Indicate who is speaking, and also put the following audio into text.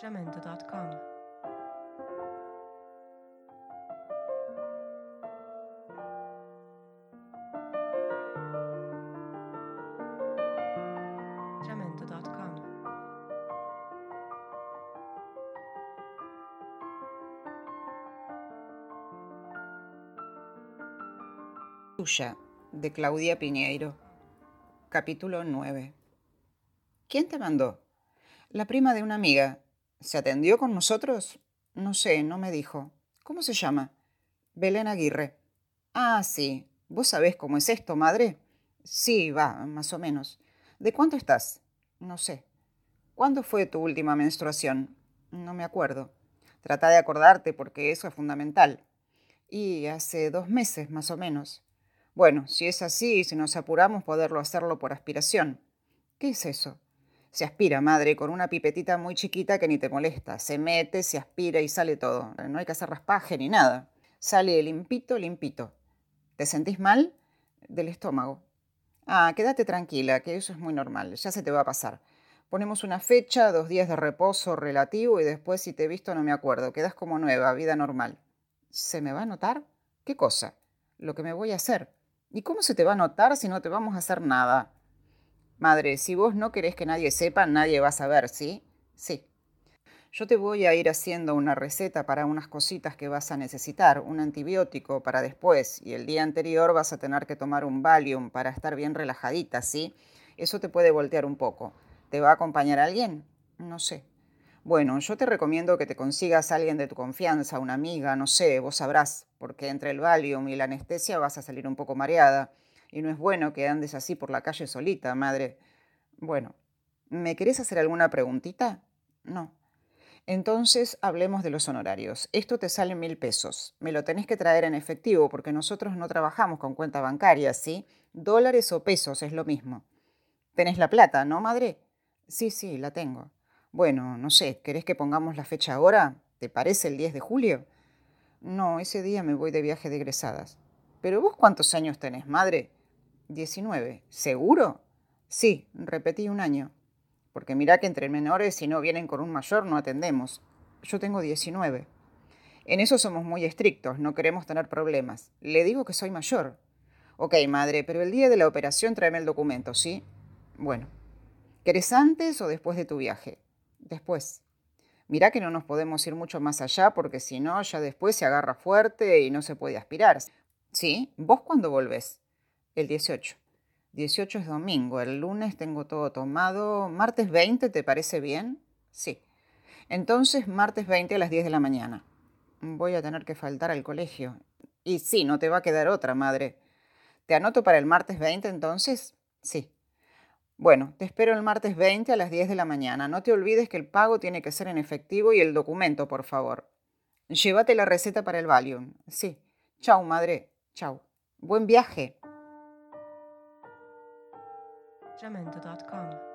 Speaker 1: Jamendo.com. Jamendo.com.
Speaker 2: Tuya, de Claudia Piñeiro. Capítulo 9. ¿Quién te mandó? La prima de una amiga. ¿Se atendió con nosotros? No sé, no me dijo. ¿Cómo se llama? Belén Aguirre. Ah, sí. ¿Vos sabés cómo es esto, madre? Sí, va, más o menos. ¿De cuánto estás? No sé. ¿Cuándo fue tu última menstruación? No me acuerdo. Trata de acordarte porque eso es fundamental. Y hace dos meses, más o menos. Bueno, si es así, si nos apuramos, poderlo hacerlo por aspiración. ¿Qué es eso? Se aspira, madre, con una pipetita muy chiquita que ni te molesta. Se mete, se aspira y sale todo. No hay que hacer raspaje ni nada. Sale limpito, limpito. ¿Te sentís mal? Del estómago. Ah, quédate tranquila, que eso es muy normal. Ya se te va a pasar. Ponemos una fecha, dos días de reposo relativo y después si te he visto no me acuerdo. Quedas como nueva, vida normal. ¿Se me va a notar? ¿Qué cosa? Lo que me voy a hacer. ¿Y cómo se te va a notar si no te vamos a hacer nada? Madre, si vos no querés que nadie sepa, nadie va a saber, ¿sí? Sí. Yo te voy a ir haciendo una receta para unas cositas que vas a necesitar, un antibiótico para después, y el día anterior vas a tener que tomar un Valium para estar bien relajadita, ¿sí? Eso te puede voltear un poco. ¿Te va a acompañar alguien? No sé. Bueno, yo te recomiendo que te consigas a alguien de tu confianza, una amiga, no sé, vos sabrás, porque entre el Valium y la anestesia vas a salir un poco mareada, y no es bueno que andes así por la calle solita, madre. Bueno, ¿me querés hacer alguna preguntita? No. Entonces hablemos de los honorarios. Esto te sale mil pesos. Me lo tenés que traer en efectivo porque nosotros no trabajamos con cuenta bancaria, ¿sí? Dólares o pesos es lo mismo. ¿Tenés la plata, no, madre? Sí, sí, la tengo. Bueno, no sé, ¿querés que pongamos la fecha ahora? ¿Te parece el 10 de julio? No, ese día me voy de viaje de egresadas. ¿Pero vos cuántos años tenés, madre? 19. ¿Seguro? Sí, repetí un año. Porque mirá que entre menores, si no vienen con un mayor, no atendemos. Yo tengo 19. En eso somos muy estrictos, no queremos tener problemas. Le digo que soy mayor. Ok, madre, pero el día de la operación tráeme el documento, ¿sí? Bueno. ¿Querés antes o después de tu viaje? Después. Mirá que no nos podemos ir mucho más allá porque si no, ya después se agarra fuerte y no se puede aspirar. ¿Sí? ¿Vos cuándo volvés? El 18. 18 es domingo, el lunes tengo todo tomado. ¿Martes 20 te parece bien? Sí. Entonces, martes 20 a las 10 de la mañana. Voy a tener que faltar al colegio. Y sí, no te va a quedar otra, madre. ¿Te anoto para el martes 20 entonces? Sí. Bueno, te espero el martes 20 a las 10 de la mañana. No te olvides que el pago tiene que ser en efectivo y el documento, por favor. Llévate la receta para el Valium. Sí. Chau, madre. Chau. Buen viaje.
Speaker 1: Jamendo.com.